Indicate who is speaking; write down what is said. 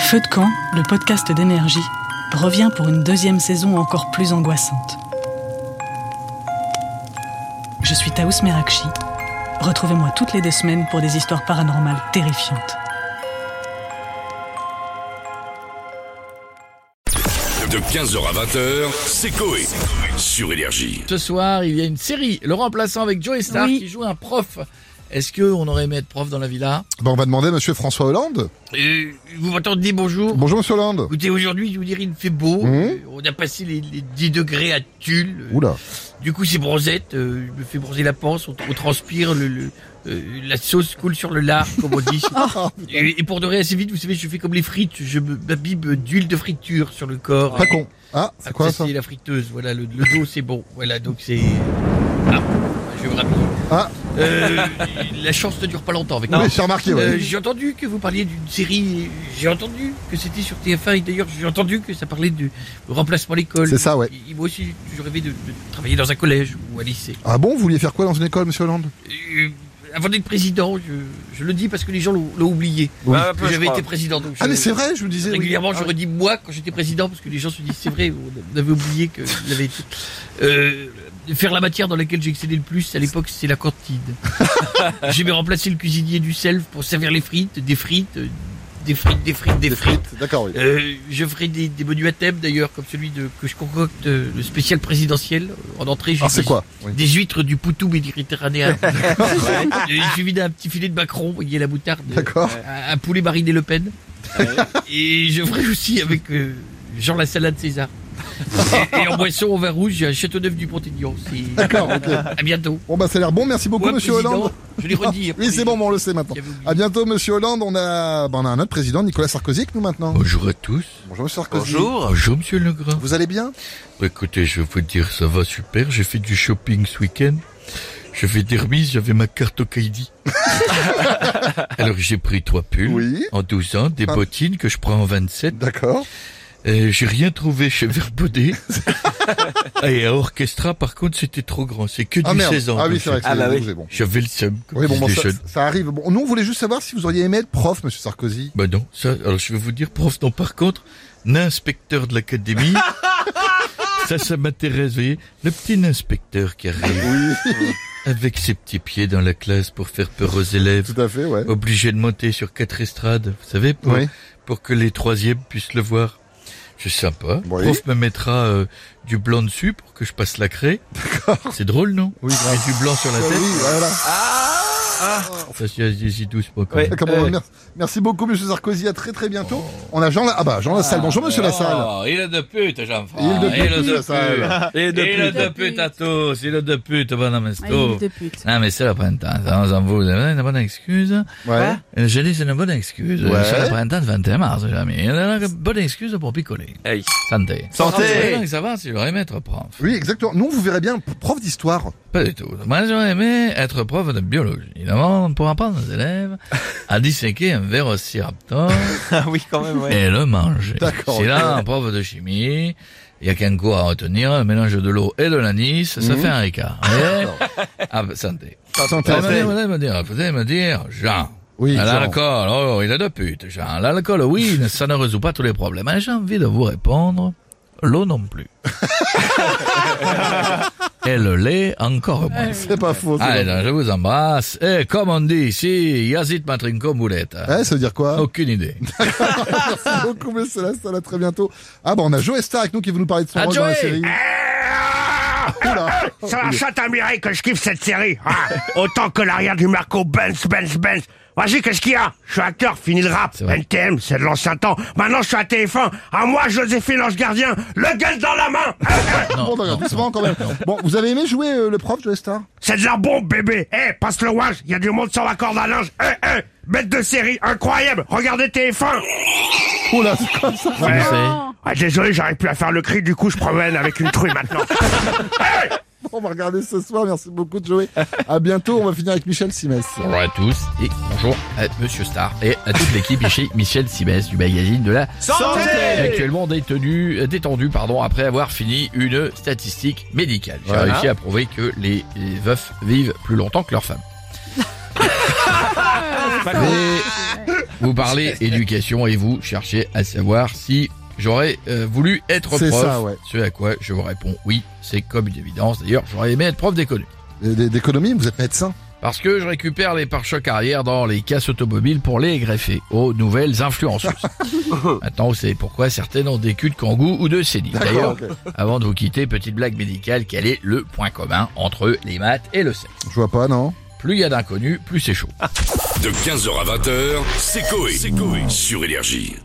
Speaker 1: Feu de camp, le podcast d'énergie, revient pour une deuxième saison encore plus angoissante. Je suis Taous Merakchi. Retrouvez-moi toutes les deux semaines pour des histoires paranormales terrifiantes.
Speaker 2: De 15h à 20h, c'est Coé. Sur Énergie.
Speaker 3: Ce soir, il y a une série, Le remplaçant avec Joey Star
Speaker 1: Oui.
Speaker 3: qui joue un prof. Est-ce que on aurait aimé être prof dans la villa
Speaker 4: Bon, on va demander à monsieur François Hollande.
Speaker 3: Euh, Vous m'entendez dire bonjour
Speaker 4: Bonjour monsieur Hollande.
Speaker 3: Écoutez, aujourd'hui, je vous dirais, il fait beau.
Speaker 4: Mhm.
Speaker 3: Euh, On a passé les, les 10 degrés à Tulle. Euh,
Speaker 4: Oula.
Speaker 3: Du coup, c'est bronzette. euh, je me fais bronzer la panse. On, on transpire. Le, le- euh, la sauce coule sur le lard, comme on dit.
Speaker 4: Oh,
Speaker 3: et, et pour dorer assez vite, vous savez, je fais comme les frites. Je me- m'imbibe d'huile de friture sur le corps.
Speaker 4: Pas con. Ah,
Speaker 3: Ah,
Speaker 4: c'est quoi ça
Speaker 3: C'est la friteuse, voilà, le, le dos c'est bon. Voilà, donc c'est. Ah, je vais me rhabiller.
Speaker 4: Ah.
Speaker 3: Euh, la chance ne dure pas longtemps avec moi.
Speaker 4: Oui, j'ai remarqué, ouais.
Speaker 3: Euh, j'ai entendu que vous parliez d'une série, j'ai entendu que c'était sur TF1 et d'ailleurs j'ai entendu que ça parlait du remplacement à l'école.
Speaker 4: C'est ça, ouais.
Speaker 3: Et moi aussi, je rêvais de, de travailler dans un collège ou un lycée.
Speaker 4: Ah bon, vous vouliez faire quoi dans une école monsieur Hollande
Speaker 3: Euh, avant d'être président, je, je le dis parce que les gens l'ont l'ont oublié.
Speaker 4: Oui.
Speaker 3: Que J'avais été président. Donc
Speaker 4: Ah
Speaker 3: je-
Speaker 4: mais c'est vrai, je vous disais. oui.
Speaker 3: Régulièrement, je redis moi quand j'étais président, parce que les gens se disent c'est vrai, on avait oublié que j'avais été. Euh, faire la matière dans laquelle j'ai excellé le plus à l'époque, c'est la cantine. j'ai bien remplacé le cuisinier du self pour servir les frites, des frites, euh, des frites, des frites, des, frites.
Speaker 4: D'accord, oui.
Speaker 3: Euh, je ferai des, des menus à thème d'ailleurs, comme celui de, que je concocte, euh, le spécial présidentiel. euh, En entrée, j'ai
Speaker 4: Alors Ah, c'est
Speaker 3: des-
Speaker 4: quoi Oui.
Speaker 3: Des huîtres du Poutou méditerranéen. Euh, J'ai vidé un petit filet de macron, il y a la moutarde.
Speaker 4: D'accord.
Speaker 3: Un un poulet mariné Le Pen. Et je ferai aussi avec euh, Jean la salade César. et, et en boisson au vin rouge, j'ai un Châteauneuf du Pontignon. D'accord, À bientôt.
Speaker 4: Bon bah ça a l'air bon, merci beaucoup
Speaker 3: Moi,
Speaker 4: monsieur
Speaker 3: président,
Speaker 4: Hollande.
Speaker 3: Je l'ai redit.
Speaker 4: Oui, c'est bon, bon, on le sait maintenant.
Speaker 3: J'avais oublié.
Speaker 4: À bientôt monsieur Hollande, on a bah, on a un autre président Nicolas Sarkozy avec nous maintenant.
Speaker 3: Bonjour à tous.
Speaker 4: Bonjour monsieur Sarkozy.
Speaker 3: Bonjour, monsieur Legrand.
Speaker 4: Vous allez bien
Speaker 3: Bah, Écoutez, je vais vous dire, ça va super. J'ai fait du shopping ce week-end. Je fais des remises, j'avais ma carte au Kaidi. Alors j'ai pris trois pulls
Speaker 4: Oui.
Speaker 3: en 12 ans, des
Speaker 4: Ah.
Speaker 3: bottines que je prends en 27.
Speaker 4: D'accord.
Speaker 3: Euh, j'ai rien trouvé chez Verbaudet. Ah, Et à Orchestra, par contre, c'était trop grand. C'est que
Speaker 4: Ah
Speaker 3: du
Speaker 4: merde.
Speaker 3: 16 ans.
Speaker 4: ah oui,
Speaker 3: monsieur.
Speaker 4: c'est vrai que c'est
Speaker 5: Ah bah oui.
Speaker 4: vous, c'est bon.
Speaker 3: J'avais le seum. comme
Speaker 4: Oui, bon, bon,
Speaker 3: disent les
Speaker 4: ça,
Speaker 3: jeunes.
Speaker 4: ça arrive. Bon, nous, on voulait juste savoir si vous auriez aimé être prof, monsieur Sarkozy.
Speaker 3: Bah non, ça, alors je vais vous dire, prof, non, par contre, n'inspecteur de l'académie. ça, ça m'intéresse, vous voyez. Le petit inspecteur qui arrive. Avec ses petits pieds dans la classe pour faire peur aux élèves.
Speaker 4: Tout à fait, ouais.
Speaker 3: Obligé de monter sur quatre estrades, vous savez, pour,
Speaker 4: Oui.
Speaker 3: pour que les troisièmes puissent le voir. C'est sympa.
Speaker 4: Oui.
Speaker 3: Le prof me mettra euh, du blanc dessus pour que je passe la craie. C'est drôle, non
Speaker 4: Oui,
Speaker 3: Je mets du blanc sur la
Speaker 4: Ah
Speaker 3: tête.
Speaker 4: oui, voilà.
Speaker 3: Euh, Ça, c'est- c'est doucement quand
Speaker 5: Ouais.
Speaker 3: même.
Speaker 4: D'accord, bon, Ah, mer- Merci beaucoup, monsieur Sarkozy. À très très bientôt. On a Jean, La... ah bah, Jean Lassalle. Bonjour, monsieur Lassalle.
Speaker 3: Oh, il est de pute, Jean-François.
Speaker 4: Il est de pute,
Speaker 3: Il est de
Speaker 4: Lassalle.
Speaker 3: pute.
Speaker 5: Et
Speaker 3: Il est de pute à tous. Il est de pute, madame
Speaker 1: Ah,
Speaker 3: Estou. Non, mais c'est le printemps. Ça, on s'en fout. C'est une bonne excuse.
Speaker 4: Ouais.
Speaker 3: Euh, J'ai dit, c'est une bonne excuse.
Speaker 4: Ouais.
Speaker 3: C'est le printemps de 21 mars, les amis. C'est une bonne excuse pour picoler.
Speaker 5: Hey.
Speaker 3: Santé.
Speaker 5: Santé.
Speaker 3: Donc, ça va si j'aurais aimé être prof.
Speaker 4: Oui, exactement. Nous, on vous verrez bien prof d'histoire.
Speaker 3: Pas du tout. Moi, j'aurais aimé être prof de biologie. Évidemment, pour apprendre aux élèves à disséquer un vérociraptor.
Speaker 5: Ah oui, quand même, ouais.
Speaker 3: et le manger.
Speaker 4: D'accord.
Speaker 3: C'est là un prof de chimie. Il y a qu'un coup à retenir, un mélange de l'eau et de l'anis, ça
Speaker 4: Mhm.
Speaker 3: fait un écart. Mais- ah, bah, santé. Vous allez vous allez me dire, vous allez me dire, Jean.
Speaker 4: Oui, Jean.
Speaker 3: L'alcool, oh, il est de pute, Jean. L'alcool, oui, ne- ça ne résout pas tous les problèmes. Mais J'ai envie de vous répondre, l'eau non plus. et le lait, encore moins.
Speaker 4: C'est pas faux. c'est
Speaker 3: Allez,
Speaker 4: vrai.
Speaker 3: donc, je vous embrasse. Et comme on dit ici, Yazid Matrinko Moulette.
Speaker 4: Ouais, Eh, ça veut dire quoi
Speaker 3: Aucune idée.
Speaker 4: Merci beaucoup, monsieur Lassalle. À très bientôt. Ah bah, on a Joe Star avec nous qui veut nous parler de son
Speaker 3: Ah,
Speaker 4: rôle dans la
Speaker 3: Joey
Speaker 4: série.
Speaker 6: Ah C'est la chatte à Mireille que je kiffe cette série. Ah, autant que l'arrière du Marco Benz, Benz, Benz. Vas-y, qu'est-ce qu'il y a Je suis acteur, fini le rap.
Speaker 3: vrai.
Speaker 6: NTM, c'est de l'ancien temps. Maintenant, je suis à TF1. À moi, Joséphine Ange Gardien, le gueule dans la main. Ah, ah,
Speaker 4: Bon, d'accord, doucement quand même. Bon, vous avez aimé jouer euh, le prof, Joe Star
Speaker 6: c'est de la bombe, bébé. Eh, passe le ouage. Il y a du monde sur la corde à linge. Eh, eh, bête de série, incroyable. Regardez TF1.
Speaker 4: Oh là, c'est comme ça.
Speaker 6: Ouais.
Speaker 3: Conseil.
Speaker 6: Ah, désolé, j'arrive plus à faire le cri. Du coup, je promène avec une truie maintenant.
Speaker 4: On va regarder ce soir. Merci beaucoup, Joey. À bientôt. On va finir avec Michel Simès.
Speaker 3: Bonjour à tous et bonjour à Monsieur Star et à toute l'équipe chez Michel Simès du magazine de la Santé actuellement détenu, euh, détendu pardon, après avoir fini une statistique médicale. J'ai
Speaker 4: Voilà.
Speaker 3: réussi à prouver que les les veufs vivent plus longtemps que leurs femmes. Mais Vous parlez éducation et vous cherchez à savoir si j'aurais euh, voulu être
Speaker 4: C'est
Speaker 3: prof.
Speaker 4: ça, ouais.
Speaker 3: Ce à quoi je vous réponds oui, c'est comme une évidence. D'ailleurs, j'aurais aimé être prof d'économie.
Speaker 4: Et d- D'économie, vous êtes médecin.
Speaker 3: Parce que je récupère les pare-chocs arrière dans les casses automobiles pour les greffer aux nouvelles influenceuses. Maintenant, vous savez pourquoi certaines ont des culs de kangou ou de séniles. D'ailleurs,
Speaker 4: Ah, ok.
Speaker 3: avant de vous quitter, petite blague médicale, quel est le point commun entre les maths et le sexe
Speaker 4: Je vois pas, non
Speaker 3: Plus il y a d'inconnus, plus c'est chaud.
Speaker 2: De 15h à 20h, c'est Coé. Sur Énergie.